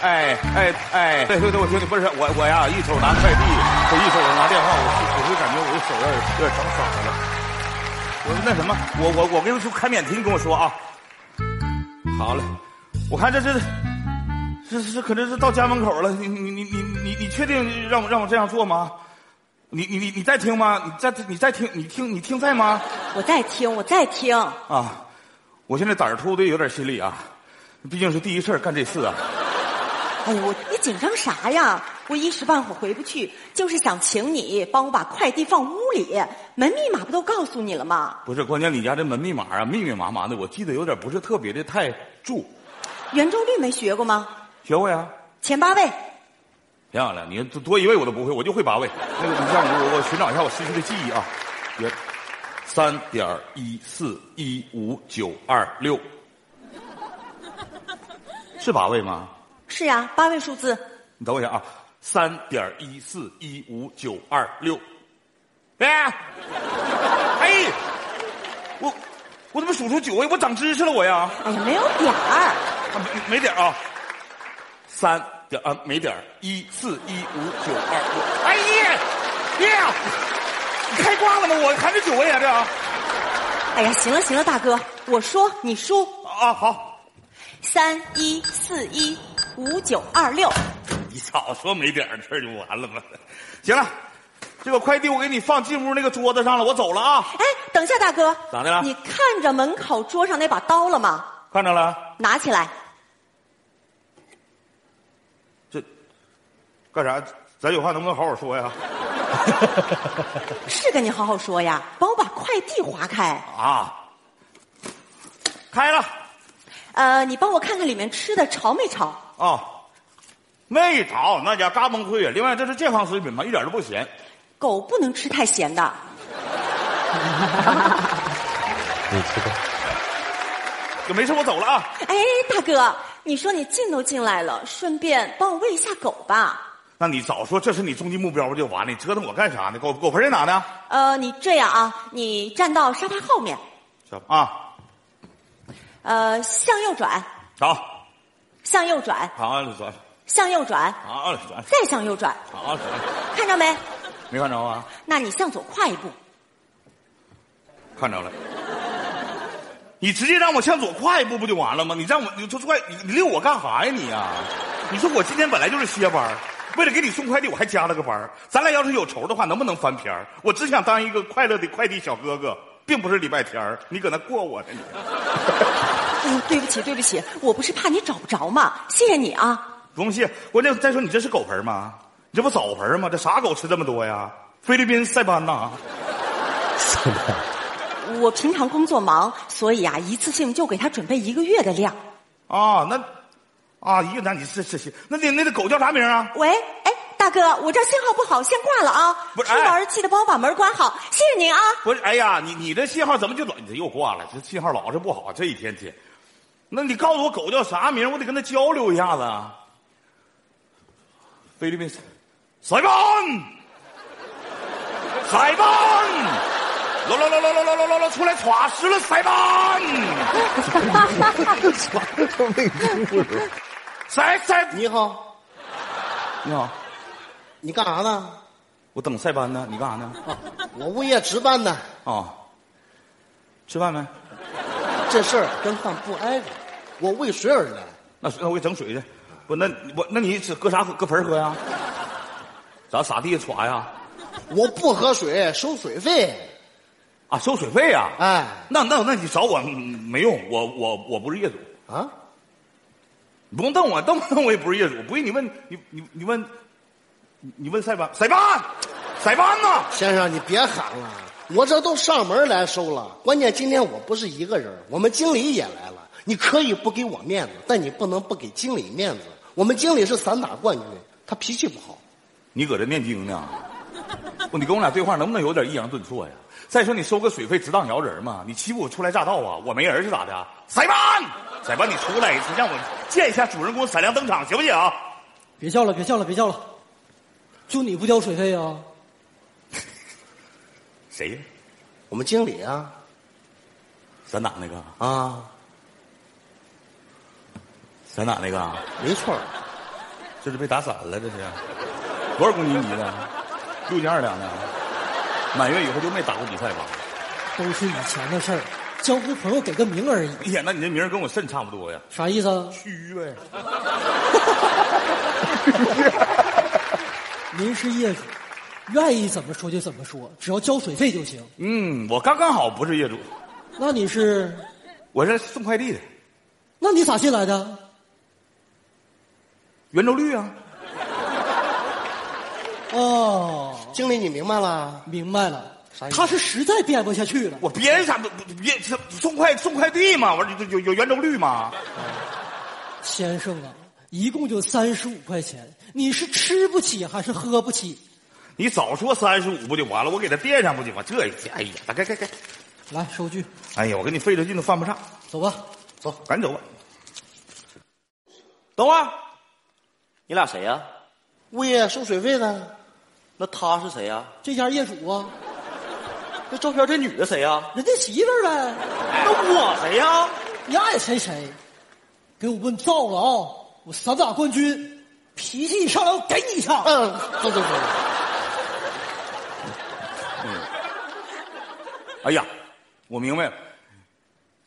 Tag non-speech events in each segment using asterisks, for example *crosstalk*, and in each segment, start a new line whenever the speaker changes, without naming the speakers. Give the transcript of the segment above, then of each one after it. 哎哎哎，
对对对，我觉得不是我我呀，一手拿快递，我一手拿电话，我我就感觉我的手有点有点长嗓子了。我说那什么，我我我跟你说开免提，你跟我说啊。好嘞，我看这这这这可能是到家门口了，你你你你你你确定让我让我这样做吗？你你你你在听吗？你在你在听你听你听在吗？
我在听，我在听。
啊，我现在胆儿突的有点心理啊，毕竟是第一次干这事啊。
哎呦，我你紧张啥呀？我一时半会儿回不去，就是想请你帮我把快递放屋里，门密码不都告诉你了吗？
不是，关键你家这门密码啊，密密麻麻的，我记得有点不是特别的太住。
圆周率没学过吗？
学会啊，
前八位，
漂亮，你多多一位我都不会，我就会八位。那个，你让我我我寻找一下我失去的记忆啊，圆三点一四一五九二六，是八位吗？
是呀、八位数字。
你等我一下啊，三点一四一五九二六，哎，哎，我我怎么数出九位？我长知识了我呀！
哎呀，没有点儿，
啊没没点儿啊，三点啊没点儿一四一五九二六，哎呀呀，你开挂了吗？我还是九位啊这啊
哎呀，行了行了，大哥，我说你输，
啊好，
三一四一五九二六，哎
你早说没点儿这儿就完了吗？行了，这个快递我给你放进屋那个桌子上了，我走了啊，
哎，等一下，大哥，
咋的了
你看着门口桌上那把刀了吗？
看着了，
拿起来，
这干啥？咱有话能不能好好说呀？
是跟你好好说呀，帮我把快递划开。
啊，开了
呃，你帮我看看里面吃的潮没潮？
啊。没着，那家嘎嘣脆啊！另外，这是健康食品嘛，一点都不咸。
狗不能吃太咸的。
你知道
就没事，我走了啊。
哎，大哥，你说你进都进来了，顺便帮我喂一下狗吧。
那你早说这是你终极目标不就完了？你折腾我干啥呢？狗狗盆在哪呢？
呃，你这样啊，你站到沙发后面，
小啊，
呃，向右转，
好，
向右转，
好了，转，
向右转，
好了，转，
再向右转，
好了，转，
看着没？
没看着啊？
那你向左跨一步，
看着了。你直接让我向左跨一步不就完了吗？你让我你就快你你溜我干啥呀你呀、你说我今天本来就是歇班儿为了给你送快递我还加了个班儿咱俩要是有仇的话，能不能翻篇儿我只想当一个快乐的快递小哥哥，并不是礼拜天儿你搁那过我呢你。
嗯，对不起，对不起，我不是怕你找不着嘛，谢谢你啊。
不用谢，关键再说你这是狗盆吗？你这不澡盆吗？这啥狗吃这么多呀？菲律宾塞班呐！
是吧？
我平常工作忙，所以啊，一次性就给他准备一个月的量。
啊，那啊，一个男，你是是是，那那那那狗叫啥名啊？
喂，哎，大哥，我这信号不好，先挂了啊。
不是
出
哎
门儿记得帮我把门关好，谢谢您啊。
不是，哎呀，你你这信号怎么就老你这又挂了？这信号老是不好，这一天天。那你告诉我狗叫啥名？我得跟他交流一下子啊。菲律宾塞塞班，塞班，喽喽喽喽喽喽喽喽，出来耍湿了塞班。
啥都没听着。
塞塞，
你好，
你好，
你干啥呢？
我等塞班呢，你干啥呢？
我物业值班呢，
啊，吃饭没？
这事儿跟饭不挨着，我为谁而来？
那那我给整水去。不，那我那你是搁啥喝搁盆儿喝呀？ *laughs* 咱撒地下耍呀？
我不喝水，收水费。
啊，收水费呀？
哎，
那那那你找我嗯没用，我我我不是业主，
啊，
你不用瞪我，瞪不瞪我也不是业主。不信你问你你你问，你你问塞班塞班塞班呢？
先生你别喊了，我这都上门来收了。关键今天我不是一个人，我们经理也来了。你可以不给我面子，但你不能不给经理面子。我们经理是散打冠军，他脾气不好。
你搁这念经呢？不，你跟我俩对话能不能有点抑扬顿挫呀？再说你收个水费，值当摇人吗？你欺负我初来乍到啊？我没人是咋的？塞班，塞班，你出来一次，让我见一下主人公闪亮登场，行不行？
别笑了，别笑了，别笑了，就你不交水费啊？
谁呀？
我们经理啊
散打那个？
啊，
散打那个？啊
没错儿，
这是被打散了，这是多少公斤级的？六斤二两的。满月以后就没打过比赛吧？
都是以前的事儿，江湖朋友给个名而已，
哎呀，那你这名儿跟我肾差不多呀。
啥意思啊？
虚呗。
您是业主，愿意怎么说就怎么说，只要交水费就行。
嗯，我刚刚好不是业主，
那你是，
我是送快递的，
那你咋进来的？
圆周率啊。
哦，
经理，你明白了？
明白了
啥，意思
他是实在编不下去了。
我别人啥不不别送快送快递嘛，我说有有有圆周率嘛。
先生啊，一共就三十五块钱，你是吃不起还是喝不起？
你早说三十五不就完了？我给他垫上不就完？这一下，哎呀，该该该，
来收据，
哎呀，我跟你费这劲都犯不上，
走吧。
走，赶紧走吧。等会儿，
你俩谁呀、
物业收水费的，
那他是谁呀、
这家业主啊，
那照片这女的谁呀、
人家媳妇儿呗，
那我谁呀、
你爱谁谁。给我问燥了啊、我散打冠军，脾气一上来我给你一下。
嗯，走走走。
哎呀，我明白了。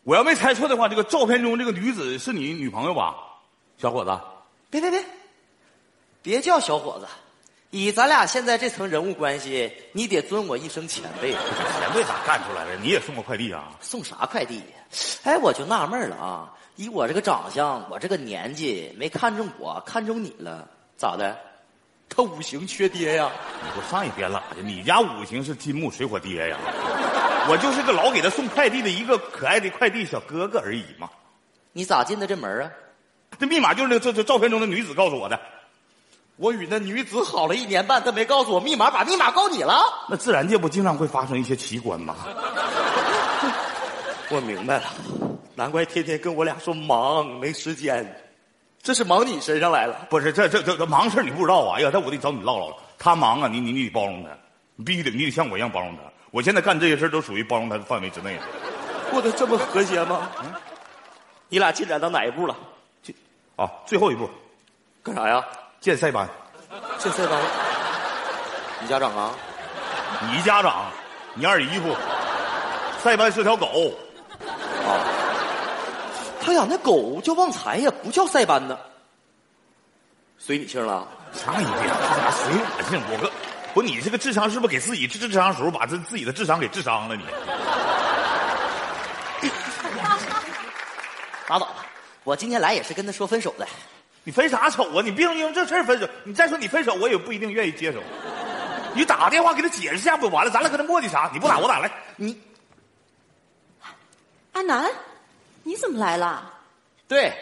我要没猜错的话，这个照片中这个女子是你女朋友吧，小伙子？
别别别，别叫小伙子，以咱俩现在这层人物关系，你得尊我一声前辈。
钱为啥干出来了？你也送过快递啊？
送啥快递？哎，我就纳闷了啊，以我这个长相，我这个年纪，没看中我，看中你了，咋的？他五行缺爹呀、
你给我上一边拉去！你家五行是金木水火爹呀，我就是个老给他送快递的一个可爱的快递小哥哥而已嘛。
你咋进的这门啊？
这密码就是那这这照片中的女子告诉我的，
我与那女子好了一年半，她没告诉我密码，把密码告你了。
那自然界不经常会发生一些奇观吗？
*laughs* 我明白了，难怪天天跟我俩说忙没时间，这是忙你身上来了。
不是，这这这这忙事儿你不知道啊！哎呀，这我得找你唠唠了。他忙啊，你你你得包容他，你必须得你得像我一样包容他。我现在干这些事儿都属于包容他的范围之内了。
过得这么和谐吗？ *laughs* 你俩进展到哪一步了？
这啊，最后一步，
干啥呀？
见塞班，
这赛班， *laughs* 你家长啊？
你家长，你二姨夫，塞班是条狗，
他养那狗叫旺财呀，不叫塞班呢。随你姓了？
啥一边？他妈随我姓，我个不，你这个智商是不是给自己智智商时候把这自己的智商给智商了你？
拉倒吧，我今天来也是跟他说分手的。
你分啥手啊？你别因为这事儿分手。你再说你分手，我也不一定愿意接手。你打个电话给他解释一下不就完了？咱俩搁这磨叽啥？你不打我打来。
你
阿南，你怎么来了？
对，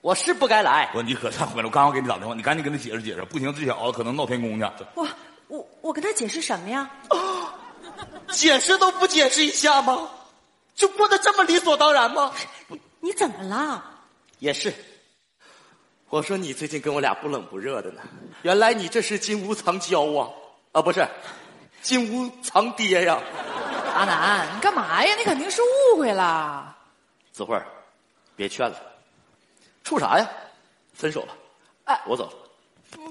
我是不该来。
我说你可忏悔了！我刚刚给你打电话，你赶紧跟他解释解释，不行，这小子可能闹天宫去。
我我我跟他解释什么呀？
解释都不解释一下吗？就过得这么理所当然吗？
你你怎么了？
也是。我说你最近跟我俩不冷不热的呢，原来你这是金屋藏娇啊！啊，不是，金屋藏爹呀、
阿
啊
南，你干嘛呀？你肯定是误会了。
子慧儿，别劝了，处啥呀？分手吧。哎，我走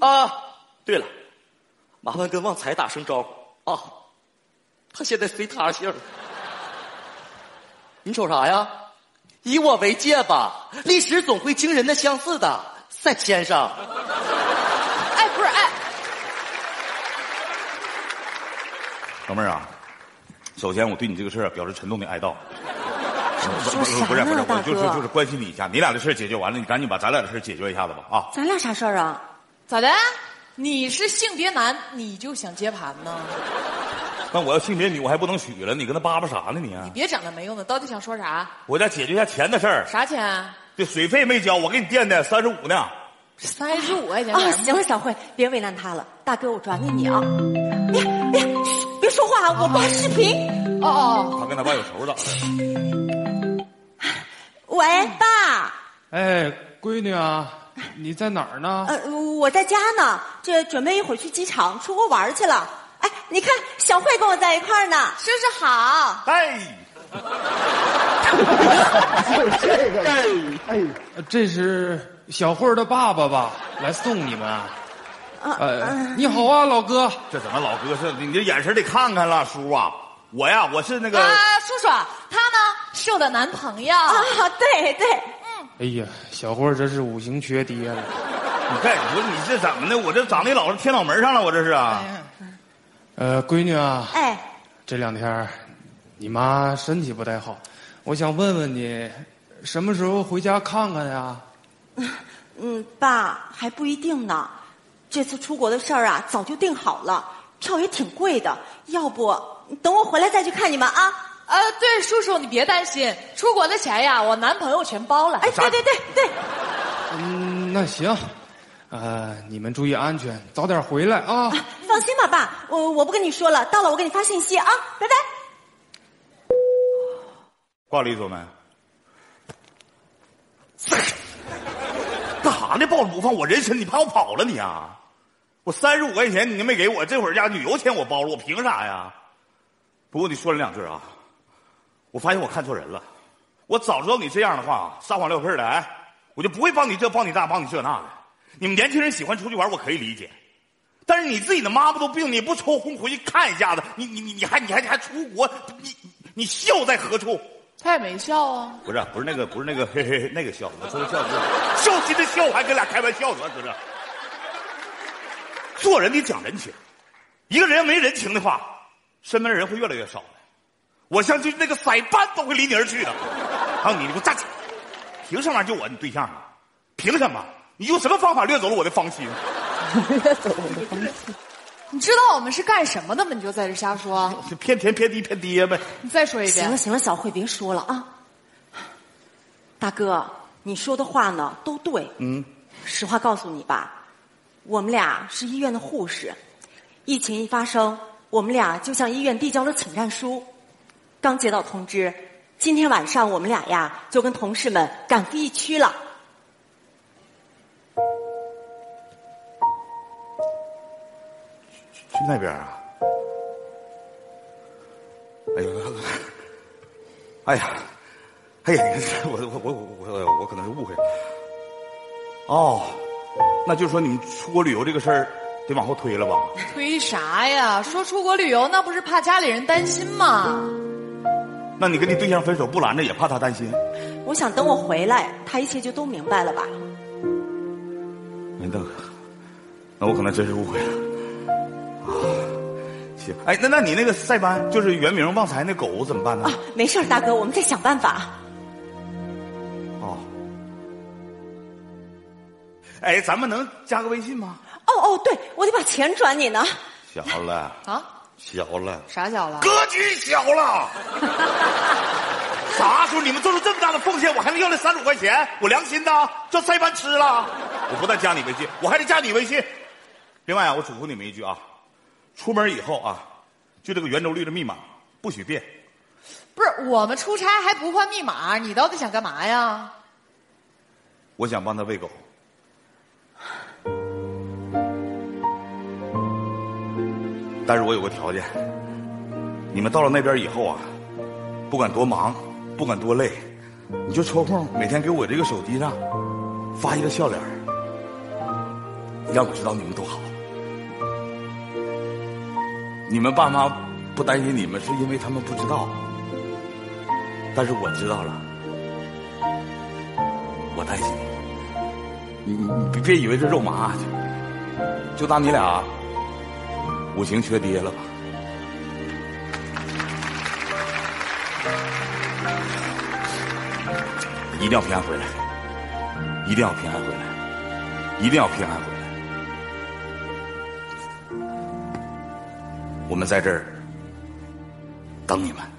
了。啊，对了，麻烦跟旺财打声招呼啊。他现在随他姓了。你瞅啥呀？以我为戒吧，历史总会惊人的相似的。赛先生，
哎，不是，哎，
老妹儿啊，首先我对你这个事儿啊表示沉重的哀悼。
说啥呢，
不是不是，
大
我就是就
哥
是？关心你一下，你俩的事儿解决完了，你赶紧把咱俩的事儿解决一下子吧啊！
咱俩啥事儿啊？
咋的？你是性别男，你就想接盘呢？
那我要性别女，我还不能娶了，你跟他叭叭啥呢你、啊
你别整那没用的，到底想说啥？
我再解决一下钱的事儿，
啥钱？啊
这水费没交，我给你垫的三十五呢。
三十五块钱。
啊，行了，小慧，别为难他了。大哥，我转给你啊！别别，嘘别说话啊，我发视频。
哦哦，
他跟他爸有仇咋的？
喂，爸，
哎，闺女 *laughs* 啊，你在哪儿呢？
呃，我在家呢，这准备一会儿去机场出国玩去了。哎，你看，小慧跟我在一块儿呢，啊真是好。
哎，
这个，哎，
呃这是小慧儿的爸爸吧，来送你们。啊呃，你好啊，老哥。
这怎么老哥是？你这眼神得看看了，叔啊！我呀，我是那个，
啊，叔叔，他呢是我的男朋友。
啊，对对，
哎呀，小慧儿真是五行缺爹了。
你看，我你这怎么的？我这长得老是贴脑门上了，我这是啊。
呃，闺女啊，
哎，
这两天儿你妈身体不太好，我想问问你，什么时候回家看看呀？
嗯，爸还不一定呢。这次出国的事儿啊，早就定好了，票也挺贵的。要不等我回来再去看你们啊？
呃，对，叔叔你别担心，出国的钱呀，我男朋友全包了。
哎，对对对对，
嗯，那行，呃，你们注意安全，早点回来啊。
放心吧，爸，我我不跟你说了，到了我给你发信息啊，拜拜。
挂了一左门， *laughs* 干啥呢？抱着不放，我人参，你怕我跑了你啊？我三十五块钱你没给我，这会儿家旅游钱我包了，我凭啥呀？不过你说了两句啊，我发现我看错人了。我早知道你这样的话，三谎六骗的，哎，我就不会帮你这帮你那帮你这那的。你们年轻人喜欢出去玩，我可以理解，但是你自己的妈妈都病，你不抽空回去看一下子，你你你你还你还你还出国，你你你笑在何处？
他也没笑啊。
不是不是那个不是那个嘿嘿嘿那个笑，我说的笑不是笑心的笑，我还跟俩开玩笑呢，搁这。做人得讲人情，一个人要没人情的话，身边的人会越来越少的。我相信那个塞班都会离你而去的。还有你，你给我站起来！凭什么就我你对象啊？凭什么？你用什么方法掠走了我的芳心？
你知道我们是干什么的吗？你就在这瞎 *laughs* 说。
就骗天骗地骗爹呗。
你再说一
行了
遍。
行了，小慧别说了啊。大哥，你说的话呢都对。嗯。实话告诉你吧，我们俩是医院的护士，疫情一发生，我们俩就向医院递交了请战书。刚接到通知，今天晚上我们俩呀就跟同事们赶赴疫区了。
去那边啊？哎呦，哎呀，哎呀，你看我我我我我我可能是误会了。哦，那就是说你们出国旅游这个事儿得往后推了吧？
推啥呀？说出国旅游那不是怕家里人担心吗？
那你跟你对象分手不拦着，也怕他担心？
我想等我回来，他一切就都明白了吧？
哎没那个，那我可能真是误会了。啊，行，哎，那那你那个塞班就是原名旺财那狗怎么办呢
啊？，没事儿，大哥，我们再想办法。
哦，哎，咱们能加个微信吗？
哦哦，对，我得把钱转你呢。
小了，
啊，
小了。
啥小了？
格局小
*laughs*
了。啥时候你们做出这么大的奉献，我还能要那三十五块钱？我良心的，这塞班吃了。我不但加你微信，我还得加你微信。另外啊，我嘱咐你们一句啊，出门以后啊，就这个圆周率的密码不许变。
不是，我们出差还不换密码，你到底想干嘛呀？
我想帮他喂狗。但是我有个条件，你们到了那边以后啊，不管多忙，不管多累，你就抽空每天给我这个手机上发一个笑脸儿，让我知道你们都好。你们爸妈不担心你们，是因为他们不知道，但是我知道了。我担心你，你你别别以为是肉麻啊，就就当你俩五行缺爹了吧。一定要平安回来，一定要平安回来，一定要平安回来。我们在这儿等你们。